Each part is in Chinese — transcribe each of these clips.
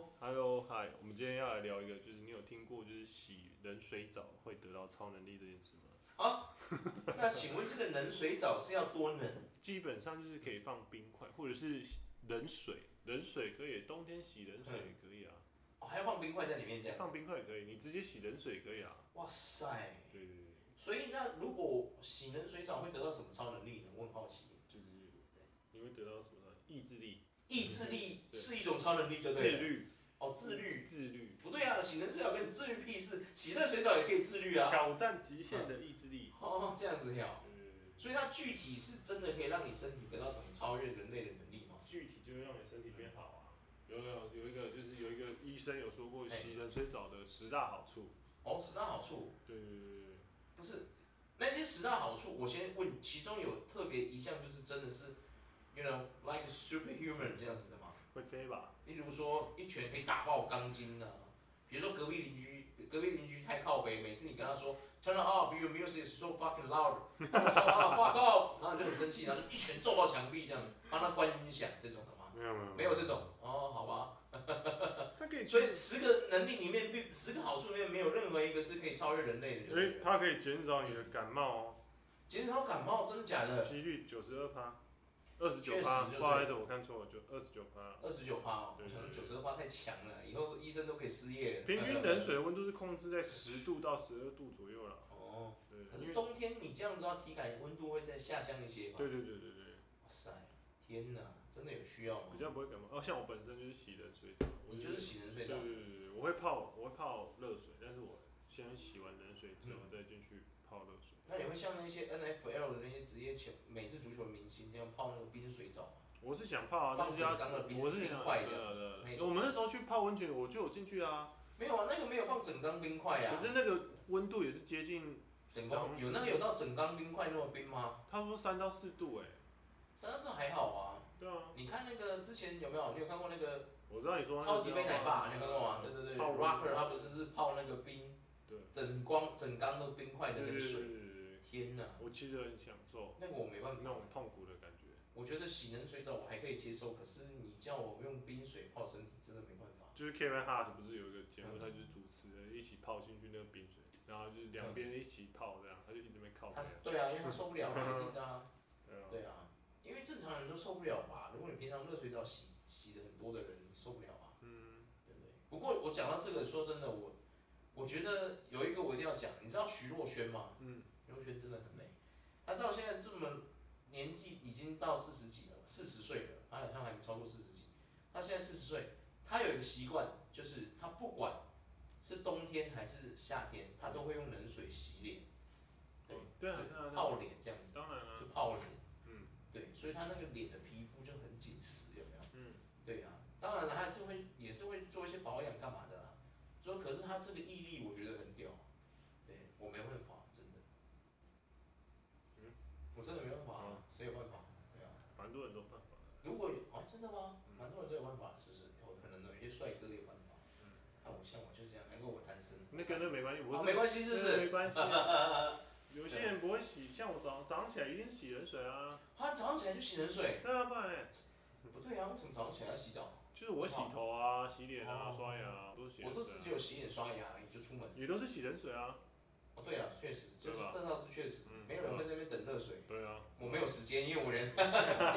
嗨，我们今天要来聊一个，就是你有听过就是洗冷水澡会得到超能力这件事吗？那请问这个冷水澡是要多冷？基本上就是可以放冰块，或者是冷水，冷水可以，冬天洗冷水也可 以啊，哦，还要放冰块在里面这样？放冰块也可以，你直接洗冷水也可以啊。哇塞！对对对，所以那如果洗冷水澡会得到什么超能力呢？我很好奇。就是你会得到什么呢？意志力、意志嗯力对是一种超能力，就自对了。律、哦，自律。自律，不对啊，洗冷水澡跟自律屁事，洗热水澡也可以自律啊。挑战极限的意志力。哦，这样子呀。对对对所以它具体是真的可以让你身体得到什么超越人类的能力吗？具体就会让你身体变好啊。有有有一个就是有一个医生有说过哎洗冷水澡的十大好处。哦，十大好处对对对对对，不是那些十大好处，我先问，其中有特别一项就是真的是，you know like superhuman 这样子的吗？会飞吧？例如说一拳可以打爆钢筋啊，比如说隔壁邻居，隔壁邻居太靠北，每次你跟他说 turn off your music is so fucking loud，他 就说啊 fuck off，然后你就很生气，然后就一拳揍爆墙壁这样，帮他关音响这种的吗？没有没有没有这种哦，好吧。他可以所减，以十个能力里面，并十个好处里面没有任何一个是可以超越人类的，就所对以了。它可以减少你的感冒减少感冒，真的假哦，的？几率九十二趴，二十确九实趴，就对不好意思，我看错了，就二十九趴。二十九趴，哦我对想九十二趴太强了，以后医生都可以失业了。平均冷水温度是控制在十度到十二度左右了。 哦，对，可因是为冬天你这样子的话，体感温度会再下降一些吧？对对对对对，哇塞，天哪，真的有需要吗比？较不会感冒。哦，像我本身就是洗冷水澡，我你就是洗冷水对澡对，对对，我会泡我会泡热水，但是我先洗完冷水之后再进去泡热水。那你会像那些 NFL 的那些职业球美式足球明星这样泡那个冰水澡吗？我是想泡啊，放但是要整缸的冰我是想冰块对这对样那对一对，种我们那时候去泡温泉，我就有进去啊，没有啊，那个没有放整缸冰块可啊，是那个温度也是接近整缸有那个有到整缸冰块那么冰吗？差不多三到四度哎、真的是还好啊。对啊，你看那个之前有没有？你有看过那个我知道你说那个哦超级杯奶爸？你有看啊过吗？对对对泡，Rocker 他不是是泡那个冰，对整缸整缸都冰块对的那对个对水。对对对，天哪，我其实很享受那个我没办那法种。痛苦的感觉。我觉得洗冷水澡我还可以接受，可是你叫我用冰水泡身体，真的没办法。就是 Kevin Hart 不是有一个节目，嗯他就是主持人一起泡进去那个冰水，然后就是两边一起泡这样，他就一直在那边靠他背。是对啊，因为他受不了啊，一定的啊，对啊，对啊，因为正常人都受不了吧？如果你平常热水澡洗洗的很多的人，你受不了啊，嗯，对不对？不过我讲到这个，说真的，我我觉得有一个我一定要讲，你知道徐若瑄吗？嗯，徐若瑄真的很美，她到现在这么年纪已经到四十几了，四十岁了，她好像还没超过四十几，她现在四十岁，她有一个习惯，就是她不管是冬天还是夏天，她都会用冷水洗脸，对哦，对啊，对啊泡脸这样子。当然就啊，泡脸，嗯对，所以他那个脸的皮肤就很紧实，有没有？嗯，对啊，当然了，他还是会也是会做一些保养干嘛的啦。说可是他这个毅力，我觉得很屌，对我没办法，真的，嗯，我真的没办法嗯啊，谁有办法？对啊，蛮多人都有办法的。如果有哦，真的吗嗯？蛮多人都有办法，是不是？有可能有些帅哥有办法，嗯看我像我就这样，难怪我单身。那跟那没关系，我哦是没关系，是不对是？没关系啊。 有些人不会洗，像我早早上起来一定洗冷水啊。他早上起来就洗冷水，对啊，不然嘞不对啊，为什么早上起来要洗澡？就是我会洗头啊、洗脸啊、哦刷牙啊，都是洗我冷都是只水、啊。有洗脸刷牙而已就出门。也都是洗冷水啊。哦，对了，确实，就是对吧这倒是确实，嗯没有人会在那边等热水。对啊，我没有时间，因为我人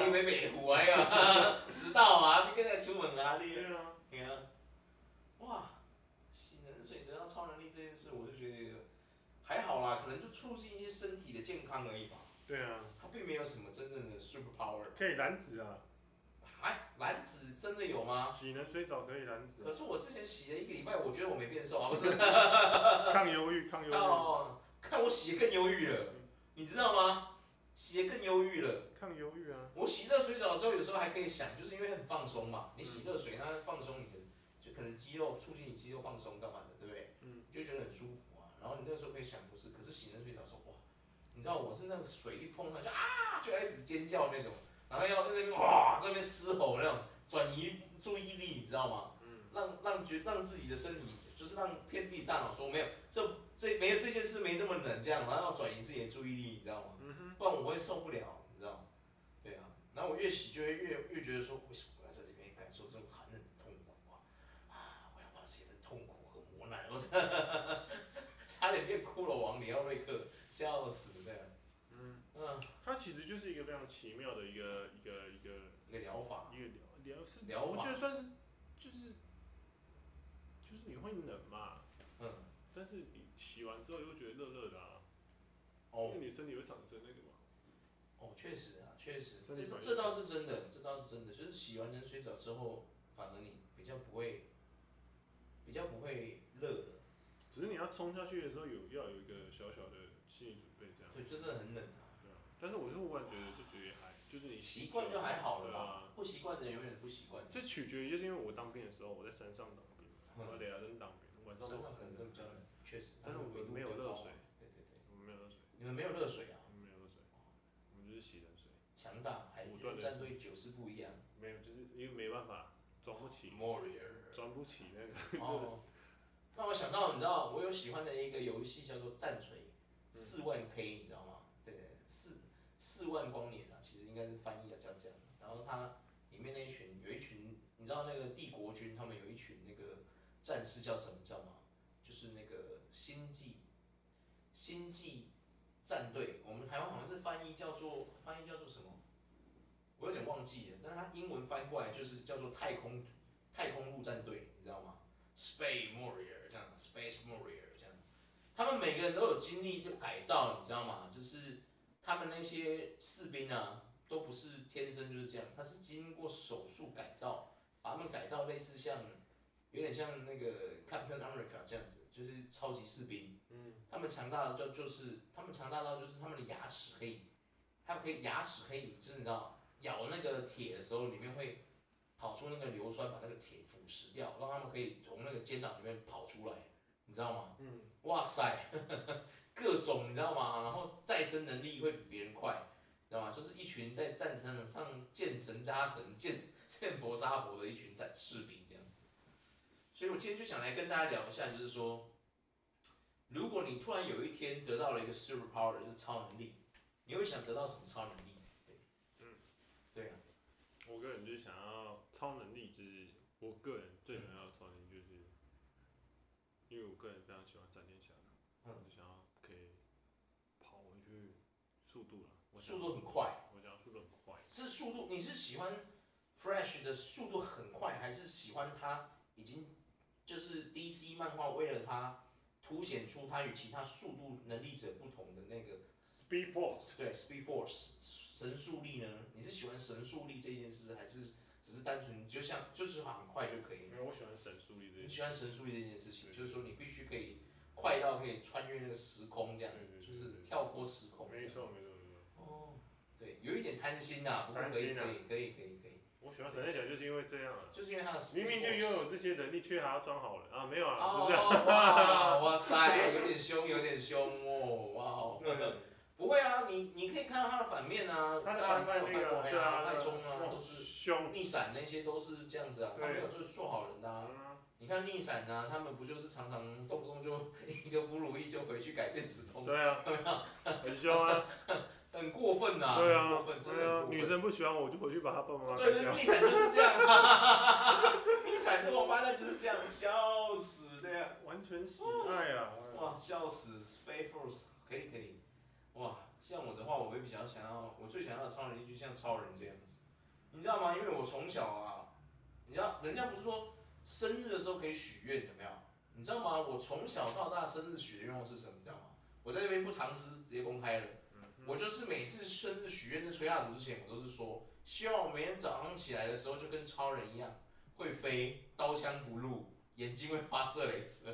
因为北湖哎呀，迟到啊，你跟才出门啊，你对啊，你啊，哇，洗冷水得到超能力这件事，我就觉得还好啦，可能就促进一些身体的健康而已吧，对啊，它并没有什么真正的 super power。可以染指啊，哎，蓝子真的有吗？洗冷水澡可以染指、可是我之前洗了一个礼拜，我觉得我没变瘦啊，不是。啊，抗忧郁、抗忧郁、哦，看我洗的更忧郁了，你知道吗？洗的更忧郁了。抗忧郁啊。我洗热水澡的时候，有时候还可以想，就是因为很放松嘛。你嗯洗热水，它放松你的，就可能肌肉促进你肌肉放松干嘛的，对不对？嗯，就觉得很舒服啊。然后你那时候可以想不是，可是洗热水澡的时候，哇，你知道我是那个水一碰上就啊，就开始尖叫那种，然后要在那边哇这边嘶吼那种，转移注意力，你知道吗？嗯，让让觉让自己的身体，就是让骗自己大脑说没有这这没有这件事没这么冷这样，然后要转移自己的注意力，你知道吗？嗯哼，不然我会受不了，你知道吗？对啊，然后我越洗就会越越觉得说，为什么我要在这边感受这种寒冷的痛苦啊？啊，我要把自己我是 差点变骷髅王，你要瑞克，笑死这样。嗯，嗯，它其实就是一个非常奇妙的一个一个一个那个疗法，一个疗疗是啊疗我觉法得算是就是就是你会冷嘛，嗯，但是你洗完之后又觉得热热的啊，因哦为你身体会产生那个嘛。哦，确实啊，确实，这身体是反应这倒是真的，这倒是真的，就是洗完冷水澡之后，反而你比较不会，比较不会热了，只是你要冲下去的时候有要有一个小小的心理准备这样。对，就真的很冷啊。对啊，但是我是忽然觉得就觉得也还就是你习惯就还好啊了对吧啊，不习惯的人永远不习惯。这取决于就是因为我当兵的时候我在山上当兵，然嗯后雷亚登当兵，晚上山都上可能这么叫人，确实，但是我他们纬度没有比较热高水嘛对对对，我们没有热水，你们没有热水啊我，们没有热水，我们就是洗冷水，强大海武军断的战队九是不一样。没有就是因为没办法装不起， Warrior。装不起那个热水。哦，让我想到，你知道，我有喜欢的一个游戏叫做《战锤》，四万 K，你知道吗？对，四四万光年啊，其实应该是翻译啊，叫这样。然后它里面那一群有一群，你知道那个帝国军，他们有一群那个战士叫什么？叫吗？就是那个星际星际战队，我们台湾好像是翻译叫做翻译叫做什么？我有点忘记了，但是它英文翻过来就是叫做太空太空陆战队，你知道吗？Space Warrior 这样，Space Warrior 这样，他们每个人都有经历就改造，你知道吗？就是他们那些士兵啊，都不是天生就是这样，他是经过手术改造，把他们改造类似像，有点像那个 Captain America 这样子，就是超级士兵。嗯，他们强大的就就是他们强大到就是他们的牙齿可以，他们可以牙齿可以，就是你知道咬那个铁的时候，里面会跑出那个硫酸，把那个铁腐蚀掉，让他们可以从那个尖岛里面跑出来，你知道吗？嗯，哇塞， 各种你知道吗？然后再生能力会比别人快，知道吗？就是一群在战场上见神杀神、见 见佛杀佛的一群战士兵这样子。所以我今天就想来跟大家聊一下，就是说。如果你突然有一天得到了一个 super power，就是超能力，你会想得到什么超能力？对，嗯，对啊，我个人就是想要超能力，就是我个人最想要的超能力就是，因为我个人非常喜欢闪电侠，嗯我就想要可以跑回去速度了，我想速度很快，我想要速度很快。是速度，你是喜欢 Flash 的速度很快，还是喜欢他已经就是 DC 漫画为了他凸显出他与其他速度能力者不同的那个 Speed Force，对 Speed Force 神速力呢？你是喜欢神速力这件事，还是只是单纯就像就是很快就可以了？因为我喜欢神速力这件你事。喜欢神速力这件事情，对就是说你必须可以快到可以穿越那个时空这样对，对就对是跳脱时空。没错。没错没错，哦，对，有一点贪心呐，不过可以贪心啊可以可以可以可以，我喜欢闪电侠就是因为这样啊，就是因为他的明明就拥有这些能力，却还要装好人啊，没有啊，不是啊。哦哇哇塞，有点凶有点凶哦，哇哦。不会啊，你你可以看到他的反面啊，他的当然翻翻那有个啊，哎对呀啊，外冲啊那，种都是凶。逆闪那些都是这样子啊，他没有就是做好人的啊。啊你看逆闪啊，他们不就是常常动不动就一个不如意就回去改变时空对啊，很凶 啊，很过分呐、对很啊过，分，真对的啊很，过女分。生不喜欢我就回去把她爸啊妈对干对，掉。逆闪就是这样、 啊，逆闪跟我妈那就是这样，笑死对啊，完全喜爱啊！哇，笑死，Space Force 可以可以，哇，像我的话，我会比较想要，我最想要的超能力就像超人这样子，你知道吗？因为我从小啊，你知道人家不是说生日的时候可以许愿有没有？你知道吗？我从小到大生日许的愿望是什么？你知道吗？我在这边不藏私，直接公开了。我就是每次生日许愿在吹蜡烛之前，我都是说，希望我每天早上起来的时候就跟超人一样，会飞，刀枪不入，眼睛会发射镭射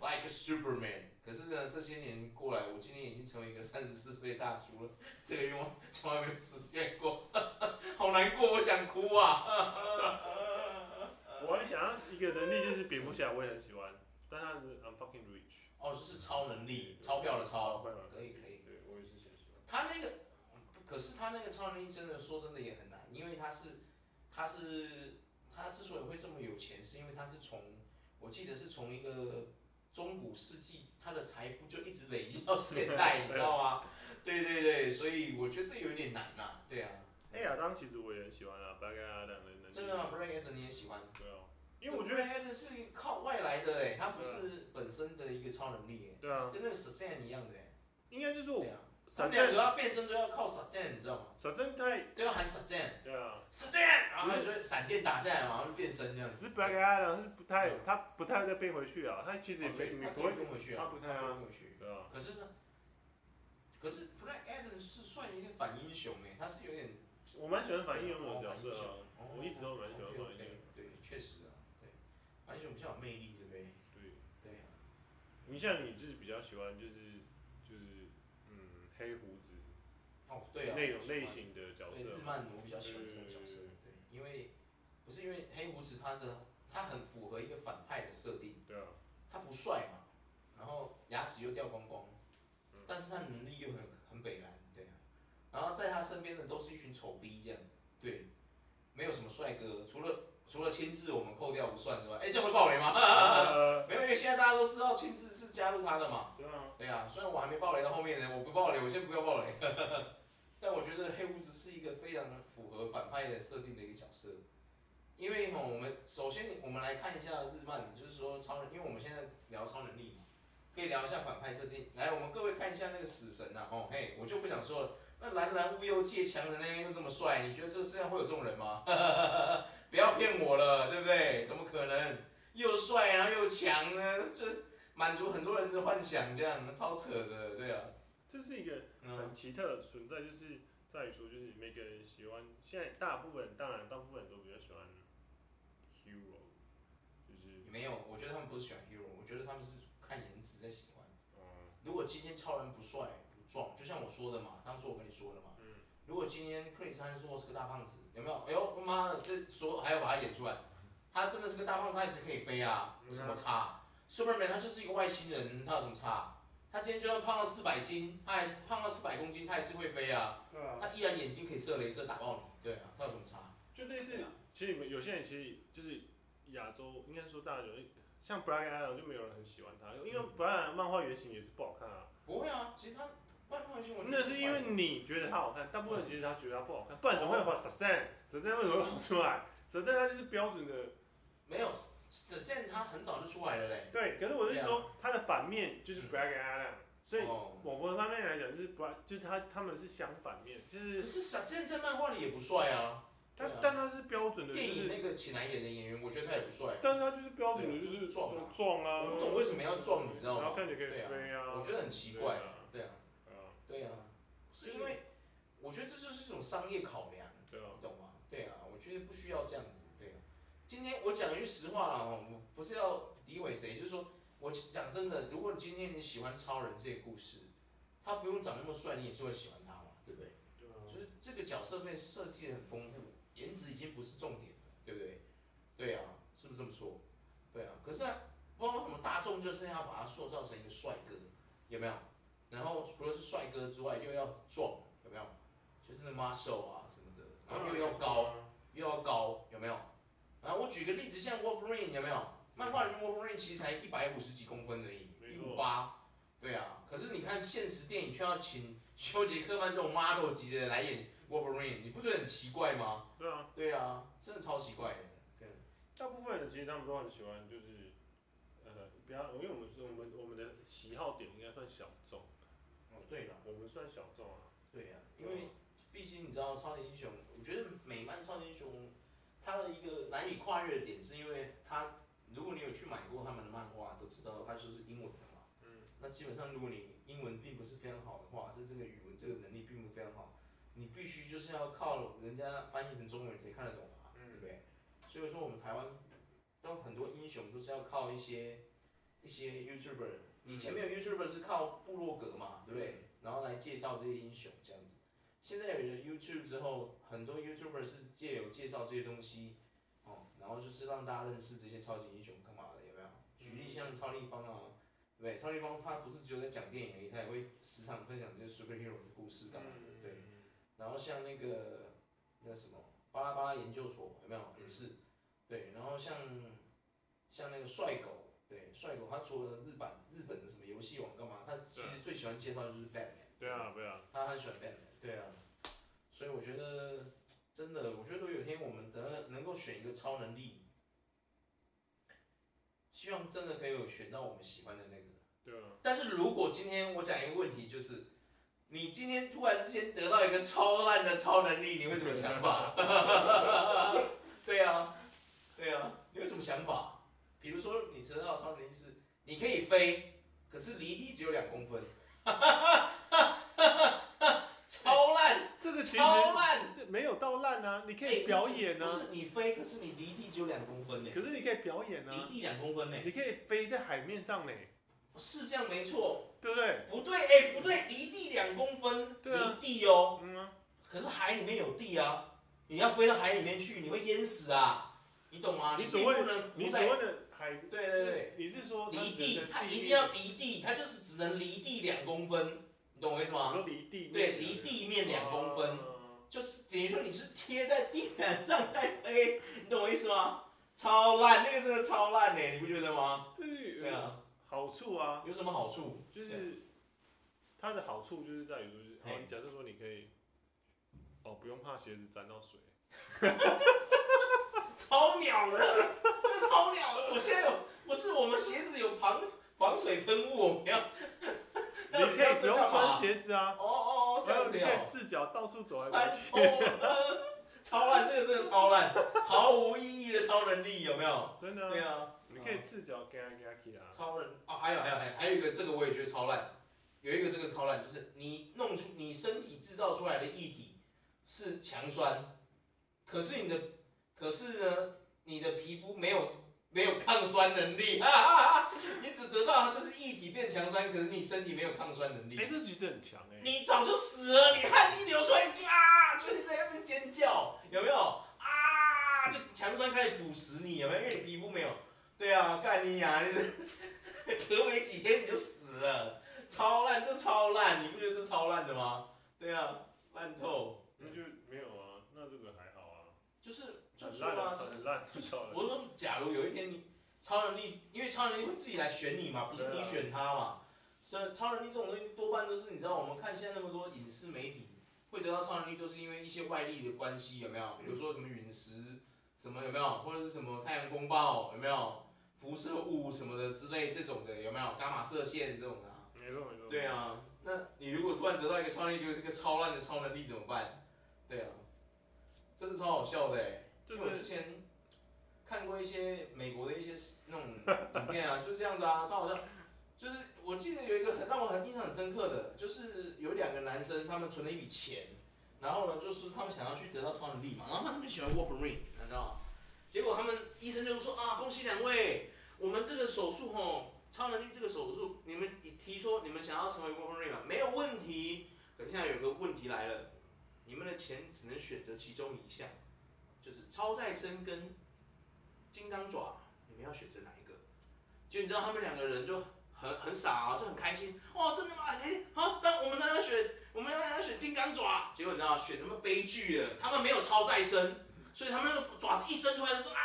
，like a Superman。可是呢，这些年过来，我今年已经成为一个三十四岁的大叔了，这个愿望从来没有实现过， 好难过，我想哭啊！我很想要一个能力，就是蝙蝠侠，我也很喜欢，但他是 I'm fucking rich，哦，就是超能力，钞票的超钞，快了。可以可以。对，我也是很喜欢。他那个，可是他那个超能力真的说真的也很难，因为他是，他是他之所以会这么有钱，是因为他是从我记得是从一个中古世纪，他的财富就一直累积到现代，你知道吗？对对对，所以我觉得这有点难呐、对啊，哎，亚当其实我也很喜欢啊，白盖亚当的能力。真的吗？不然 a n 你也喜欢？对啊，因为我觉得 Brad Hand 是靠外来的哎、他不是本身的一个超能力哎、对啊是跟那个 Satan 一样的哎、应该就是对我啊，闪他们两电个要变身都要靠 Satan，你知道吗？闪电太都要喊 Satan，Satan，对啊，然后就会闪电打下来嘛，然后就变身这样只子。是 Black Adam 是不太嗯他不太会再变回去啊，他其实也哦对没你他不不会会跟回去啊，他不太会啊，跟回去。对啊，可是呢，可是 Black Adam 是算有点反英雄哎、他是有点我蛮喜欢反应勇的角哦反英色雄啊，，我一直都蛮喜欢反英勇的哦 OK，OK，对，确实啊，对，反英雄比较有魅力，对不对？对，对啊，你像你就是比较喜欢就是就是嗯黑胡子哦，对啊，那种我喜欢类型的角对色嘛，嗯日漫我比较喜欢这种角色，对，因为不是因为黑胡子他的他很符合一个反派的设定，对 啊，他不帅嘛，然后牙齿又掉光光，嗯但是他能力又很很北蓝，对啊，然后在他身边的都是一群丑逼这样，对，没有什么帅哥，除了除了亲自我们扣掉不算之外，哎，这样会爆雷吗？ 呃没有，因为现在大家都知道亲自是加入他的嘛，对啊，对啊，虽然我还没爆雷到后面呢，我不爆雷，我先不要爆雷。 但我觉得黑胡子是一个非常符合反派的设定的一个角色，因为哈，我们首先我们来看一下日漫，就是说超人，因为我们现在聊超能力嘛，可以聊一下反派设定。来，我们各位看一下那个死神呐、啊，哦嘿，我就不想说了。那蓝蓝无忧界强人那样又这么帅，你觉得这个世界上会有这种人吗？ 不要骗我了，对不对？怎么可能？又帅然后又强呢？这满足很多人的幻想，这样超扯的，对啊，这是一个嗯，很奇特的存在，就是在于说，就是每个人喜欢，现在大部分当然大部分人都比较喜欢 hero，就是没有，我觉得他们不是喜欢 hero，我觉得他们是看颜值在喜欢。嗯如果今天超人不帅不壮，就像我说的嘛，当初我跟你说的嘛，嗯如果今天克里斯汉说我是个大胖子，有没有？哎呦，妈的，这说还要把他演出来，他真的是个大胖子，他也是可以飞啊，嗯有什么差、Superman 他就是一个外星人，他有什么差？他今天就算胖到四百斤，他还是胖到四百公斤，他还是会飞啊，对啊，他依然眼睛可以射镭射打爆你，对啊，他有什么差？就类似对啊，其实你们有些人其实就是亚洲，应该说大家有像 Brian Adam 就没有人很喜欢他，嗯因为 Brian 漫画原型也是不好看啊，不会啊，其实他外放新闻那是因为你觉得他好看，大部分人其实他觉得他不好看，不然怎么会画 Sasan？s a s a 为什么会画出来？Sasan 他就是标准的没有，只见他很早就出来了嘞。对，可是我是说他的反面就是嗯 Black Adam，所以哦某个方面来讲，就是不就是他他们是相反面，就可是是小健在漫画里也不帅啊。他、对啊但他是标准的，就电影是那个请来演的演员，我觉得他也不帅、啊。但他就是标准的，对就啊是撞啊撞啊，我不懂为什么要撞，你知道然后吗？看起来可以对啊飞啊，我觉得很奇怪对啊。对啊，对啊，对啊，是因为我觉得这就是一种商业考量，对啊你，懂吗？对啊，我觉得不需要这样子。对啊，今天我讲一句实话啦，哦我不是要诋毁谁，就是说我讲真的，如果今天你喜欢超人这个故事，他不用长那么帅，你也是会喜欢他嘛，对不对？对啊就是这个角色被设计的很丰富，颜值已经不是重点了，对不对？对啊，是不是这么说？对啊，可是、啊、不知道为什么大众就是要把他塑造成一个帅哥，有没有？然后除了是帅哥之外，又要壮，有没有？就是那 muscle 啊什么的，然后又要高，，又要高，有没有？然后我举个例子，像 Wolverine 有没有？漫画人 Wolverine 其实才一百五十几公分而已，没一错五八。对啊，可是你看现实电影却要请 休杰克曼这种 model 级的人来演 Wolverine，你不觉得很奇怪吗？对啊，对啊，真的超奇怪的。对，啊大部分人其实他们都很喜欢，就是呃，不要，因为我们是我们我们的喜好点应该算小众，哦对了，我们算小众啊，对呀、因为毕竟你知道超级英雄，我觉得美漫超级英雄它的一个难以跨越的点，是因为它如果你有去买过他们的漫画，都知道它就是英文的嘛。嗯，那基本上如果你英文并不是非常好的话，在这个语文这个能力并不非常好，你必须就是要靠人家翻译成中文才看得懂嘛，嗯对不对？所以说我们台湾都很多英雄都是要靠一些一些 YouTuber，以前没有 YouTuber 是靠部落格嘛，对不对？然后来介绍这些英雄这样子。现在有了 YouTube 之后，很多 YouTuber 是借由介绍这些东西，哦，然后就是让大家认识这些超级英雄干嘛的，有没有？举例像超立方啊，对不对？超立方他不是只有在讲电影而已，他也会时常分享这些 superhero 的故事干嘛的，对。然后像那个那什么巴拉巴拉研究所有没有也是，对，然后像像那个帅狗，对，帅狗他除了日版日本的什么游戏网干嘛，他其实最喜欢介绍就是 Batman，对，啊，对啊，他很喜欢 Batman，对啊，所以我觉得真的，我觉得如果有一天我们能能够选一个超能力，希望真的可以有选到我们喜欢的那个。对啊，但是如果今天我讲一个问题，就是你今天突然之间得到一个超烂的超能力，你会什么想法？对啊，对啊，你有什么想法？比如说你得到的超能力是你可以飞，可是离地只有两公分，超烂，这个其超实烂。没有到烂啊，你可哎以表演不啊，是你飞，可是你离地只有两公分呢，可是你可以表演离啊，地两公分呢，哦你可以飞在海面上呢，是这样没错。对不对？不对，哎、不对，离地两公分，离、对啊地哦。嗯啊，可是海里面有地啊，你要飞到海里面去，你会淹死啊，你懂吗？你你所并谓不能浮你所谓在，的海，对对对，你是说它离只地能，它地一定面要离地，它就是只能离地两公分，你懂我意思你吗？说离地面对，离地面两公分，啊就是等于说你是贴在地板上在飞，你懂我意思吗？超烂，那个真的超烂呢、你不觉得吗？这对有啊，好处啊，有什么好处？就是它的好处就是在于说，就是嘿好，你假设说你可以，哦，不用怕鞋子沾到水，超鸟的， 真的超鸟的！我现在有不是我们鞋子有防防水喷雾，我们要，你可以不用穿鞋。鞋子啊，哦哦哦，这然样后子你呀可、以赤脚到处走来走哎去。哦呃超烂，这个真的超烂，毫无意义的超能力有没有？真的对啊，啊，你可以赤脚跟他跟他去啊。超人啊、还有还有还有还有一个这个我也觉得超烂，有一个这个超烂就是你弄出你身体制造出来的液体是强酸，可是你的可是呢你的皮肤没有没有抗酸能力， 哈哈哈你只得到它就是液体变强酸，可是你身体没有抗酸能力。哎、这其实很强哎、你早就死了，你汗滴流出来，你就啊，就是在那边尖叫，有没有？啊，就强酸开始腐蚀你，有没有？因为你皮肤没有，对啊，干你娘，就是 隔没几天你就死了，超烂，这超烂，你不觉得这超烂的吗？对啊，烂透，那就没有啊，那这个还好啊，就是就很说烂啊，，啊就是很烂，很少我人。说，假如有一天你超能力，因为超能力会自己来选你嘛，不是对啊你选他嘛。所以超能力这种东西多半都是你知道，我们看现在那么多影视媒体会得到超能力，就是因为一些外力的关系，有没有？比如说什么陨石，什么有没有？或者是什么太阳风暴，有没有？辐射物什么的之类这种的，有没有？伽马射线这种的啊、没错没错。对啊，那你如果突然得到一个超能力，就是一个超烂的超能力怎么办？对啊，真的超好笑的哎、就因为我之是前看过一些美国的一些那种影片啊，就是这样子 啊，超好笑。就是我记得有一个很让我很印象很深刻的，就是有两个男生他们存了一笔钱，然后呢，就是他们想要去得到超能力嘛，然后他们喜欢 Wolverine，你知道吗？结果他们医生就说啊，恭喜两位，我们这个手术吼，超能力这个手术，你们提说你们想要成为 Wolverine 嘛，没有问题。可现在有个问题来了，你们的钱只能选择其中一项。就是超再生跟金刚爪，你们要选择哪一个？就你知道他们两个人就很很傻啊，就很开心，哇，真的吗？哎、好，但我们当然要选，我们当然要选金刚爪。结果你知道选他妈悲剧了，他们没有超再生，所以他们那个爪子一伸出来就说啊，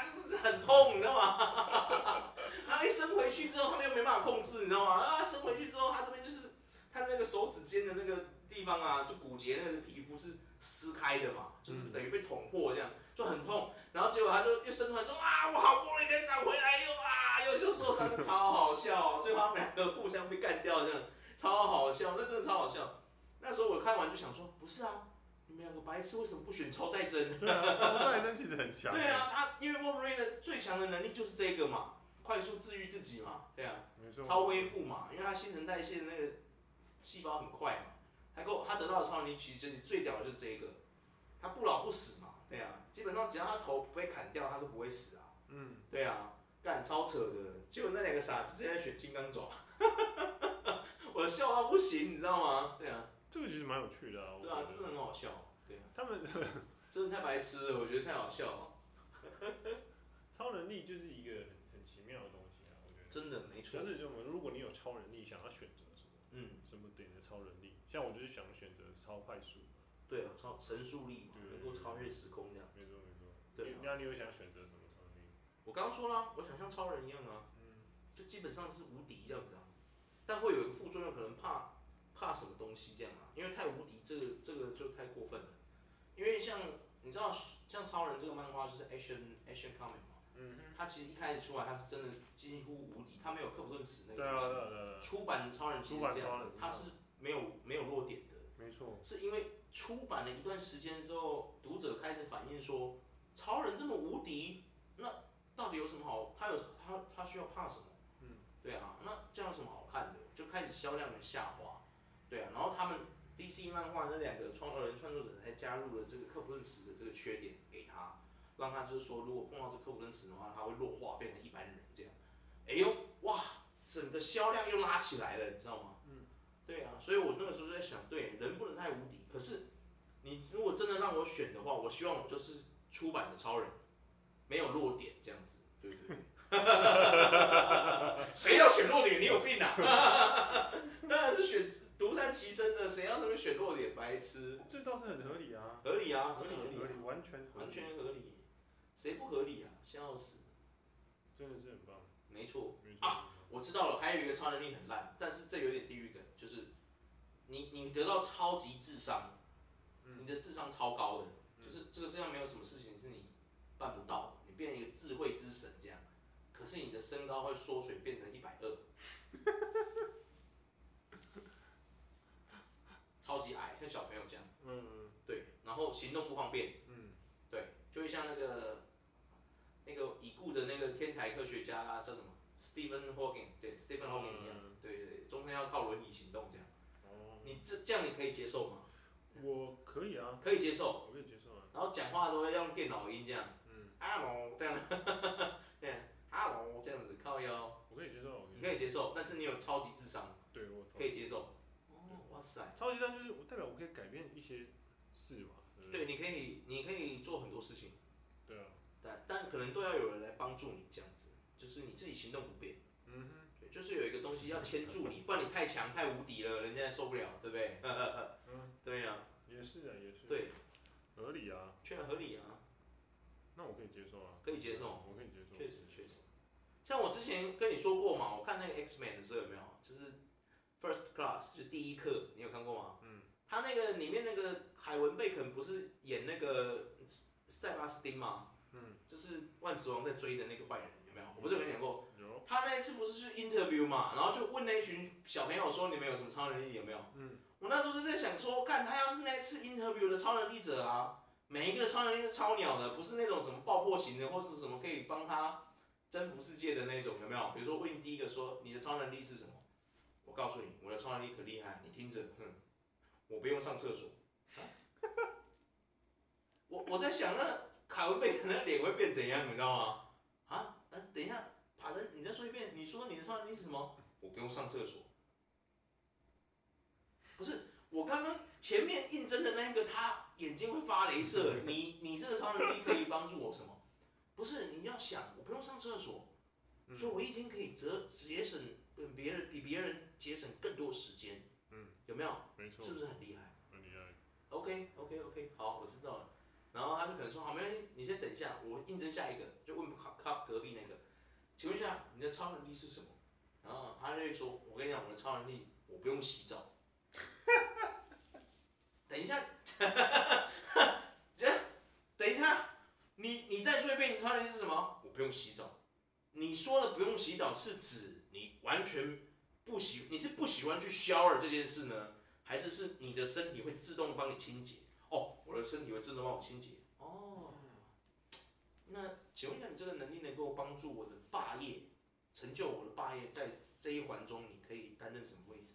就是很痛，你知道吗？ 然后一伸回去之后，他们又没办法控制，你知道吗？啊，伸回去之后，他这边就是他那个手指尖的那个地方啊，就骨节那个皮肤是撕开的嘛，就是等于被捅破这样，就很痛。然后结果他就又伸出来说啊，我好不容易才长回来，又啊又就受伤，超好笑、啊所以他们两个互相被干掉，这样超好笑，那真的超好笑。那时候我看完就想说，不是啊，你们两个白痴为什么不选超再生？对啊，超再生其实很强、对欸。啊，他因为 Wolverine 的最强的能力就是这个嘛，快速治愈自己嘛，对啊，没错。超恢复嘛，因为他新陈代谢的那个细胞很快嘛，他够他得到的超能力其实就是最屌的就是这个，他不老不死嘛，对啊，基本上只要他头不被砍掉，他都不会死啊，嗯，对啊，干超扯的，结果那两个傻子现在选金刚爪， 我笑到不行，你知道吗？对啊，这个其实蛮有趣的啊。我对啊，觉真得的很好笑，对啊，他们 真的太白痴了，我觉得太好笑了，超能力就是一个很很奇妙的东西啊，我觉得。真的没错但，是我们如果你有超能力，想要选择什么嗯。什么点的超能力，像我就是想选择超快速。对啊，超神速力嘛，对能够超嗯越时空这样。没错没错。对啊你那你有想选择什么超能力？我刚刚说啦，我想像超人一样啊，嗯，就基本上是无敌这样子啊，但会有一个副作用，可能怕怕什么东西这样啊，因为太无敌，这个这个就太过分了。因为像你知道，像超人这个漫画就是 action action comic 嘛，嗯哼，他其实一开始出来，他是真的几乎无敌，他没有克服顿死那个对啊，对啊，东西。对啊，对啊出版的超人其实出版这超样的人，他是没有没有弱点的，没错，是因为出版了一段时间之后，读者开始反映说，超人这么无敌，那到底有什么好？他有他他需要怕什么？嗯，对啊，那这样有什么好看的？就开始销量的下滑，对啊，然后他们 DC 漫画那两个创二人创作者才加入了这个克普顿斯的这个缺点给他，让他就是说，如果碰到这克普顿斯的话，他会弱化变成一般人这样。哎呦，哇，整个销量又拉起来了，你知道吗？嗯，对啊，所以我那个时候就在想，对，人不能太无敌。可是你如果真的让我选的话，我希望我就是出版的超人，没有弱点这样子，对不对？ 谁要选弱点？你有病啊！当然是选独善其身的，谁要那边选弱点？白痴，这倒是很合理啊，合理啊，真的合理合合理理，啊，完全合完理，全合理，谁不合理啊？笑死，真的是很棒，没错。没错啊，我知道了，还有一个超能力很烂，但是这有点地狱梗，就是你你得到超级智商，嗯你的智商超高的，就是这个世界上没有什么事情是你办不到的，你变成一个智慧之神这样，可是你的身高会缩水变成一百二， 超级矮，像小朋友这样，嗯对，然后行动不方便，嗯，对，就会像那个那个已故的那个天才科学家叫什么 Stephen Hawking，对 Stephen Hawking 一样，嗯对对对，终身要靠轮椅行动这样。哦，你这这样你可以接受吗？我可以啊，可以接受，我可以接受啊，然后讲话都会用电脑音这样嗯， ，hello 这样，对，hello 啊这样子靠腰，我可以接受，啊我可你以可以接受，但是你有超级智商，对我同可以接受。哦，哇塞，超级战就是我代表我可以改变一些事嘛，对不对？对，你可以你可以做很多事情，对啊，但但可能都要有人来帮助你这样子，就是你自己行动不便。嗯哼，对，就是有一个东西要牵住你，不然你太强太无敌了，人家也受不了，对不对？嗯， 对呀、也是啊，也是，对，合理啊，确实合理啊，那我可以接受啊，可以接受我可以接受，确实确实。像我之前跟你说过嘛，我看那个 X Man 的时候有没有，就是 First Class 就第一课，你有看过吗？嗯，他那个里面那个海文贝肯不是演那个塞巴斯汀吗？嗯，就是万磁王在追的那个坏人，有没有？我不是有跟你讲过，有，他那一次不是去 interview 嘛，然后就问那一群小朋友说你们有什么超能力有没有？嗯，我那时候就在想说，干他要是那一次 interview 的超能力者啊，每一个超能力都超鸟的，不是那种什么爆破型的，或是什么可以帮他征服世界的那种，有没有？比如说问第一个说你的超能力是什么？我告诉你，我的超能力可厉害，你听着，哼，我不用上厕所。我我在想那凯文贝肯的脸会变怎样，你知道吗？啊，呃，等一下，爬着，你再说一遍，你说你的超能力是什么？我不用上厕所。不是，我刚刚前面应征的那个，他眼睛会发镭 射，你你这个超能力可以帮助我什么？不是，你要想，我不用上厕所，嗯所以我一天可以折节省，嗯，别人比别人节省更多时间，嗯，有没有？没错是，不是很厉害？很厉害， OK OK OK，好，我知道了。然后他就可能说，好，没关系，你先等一下，我应征下一个，就问他他隔壁那个，请问一下你的超能力是什么？然后他就会说，我跟你讲，我的超能力，我不用洗澡。 等一下， 这等一下，你你再说一遍，你的超能力是什么？我不用洗澡。你说的不用洗澡是指你完全不喜，你是不喜欢去 shower 这件事呢，还是是你的身体会自动帮你清洁？哦，我的身体会自动帮我清洁。哦，那请问一下，你这个能力能够帮助我的霸业，成就我的霸业，在这一环中你可以担任什么位置？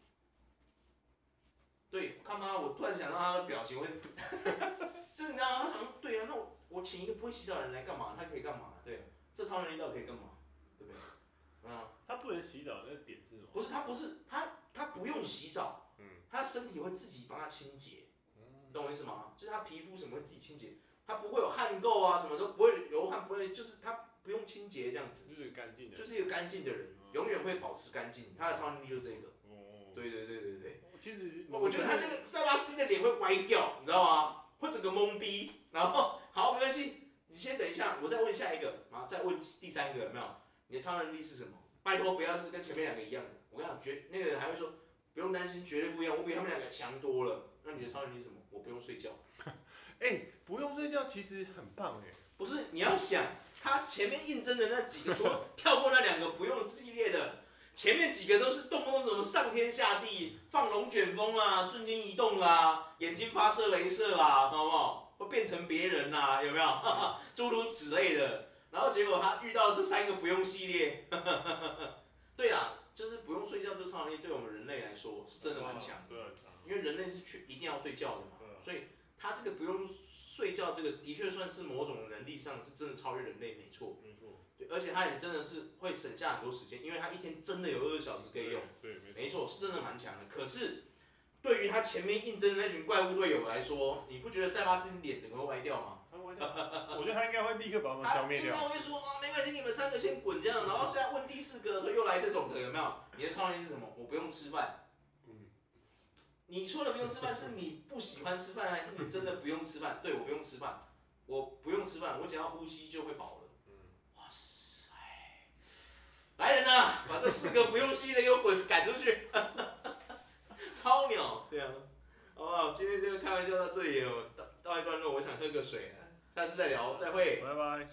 对，看吧，我突然想到他的表情会， 这你知道吗？他想说，对啊，那我我请一个不会洗澡的人来干嘛？他可以干嘛？对啊，这超能力到底可以干嘛？对不对？嗯，他不能洗澡那个点是什么？不是他不是他他不用洗澡，嗯，他身体会自己帮他清洁，你懂我意思吗？就是他皮肤什么会自己清洁，他不会有汗垢啊，什么都不会流汗，不会就是他不用清洁这样子，就是干净的，嗯就是一个干净的人，永远会保持干净。他的超能力就是这个。哦，对对对对对，其实我觉得他那个塞巴斯汀的脸会歪掉，你知道吗？会整个懵逼，然后好没关系，你先等一下，我再问下一个，然后再问第三个有没有？你的超能力是什么？拜托不要是跟前面两个一样的，我跟你讲绝那个人还会说。不用担心，绝对不一样。我比他们两个强多了。那你的超能力是什么？我不用睡觉。哎、不用睡觉其实很棒哎、不是，你要想，他前面应征的那几个说跳过那两个不用系列的，前面几个都是动不动什么上天下地、放龙卷风啊、瞬间移动啦、眼睛发射镭射啦、懂不懂？会变成别人啦、有没有？ 诸如此类的。然后结果他遇到这三个不用系列， 对啦，就是不用睡觉这超能力对我们人类来说是真的蛮强的。对啊，很强。因为人类是去一定要睡觉的嘛对啊，所以他这个不用睡觉，这个的确算是某种能力上是真的超越人类，没错。没错，对，而且他也真的是会省下很多时间，因为他一天真的有二十小时可以用，对，对，没没错，错，是真的蛮强的。可是对于他前面应征的那群怪物队友来说，你不觉得塞巴斯汀脸整个会歪掉吗？他歪掉，我觉得他应该会立刻把我们他消灭应该掉。会说啊，没关系，你们三个先滚这样，然后现在问第四个的时候又来这种的，有没有？你的超能力是什么？我不用吃饭。嗯，你说的不用吃饭，是你不喜欢吃饭，还是你真的不用吃饭？对我不用吃饭，我不用吃饭，我只要呼吸就会饱了。嗯哇塞！来人呐、把这四个不用吸的给我滚赶出去！ 超鸟，对啊，好不好？今天这个开玩笑到这里哦，到到一段落，我想喝个水了，下次再聊，再会。拜拜。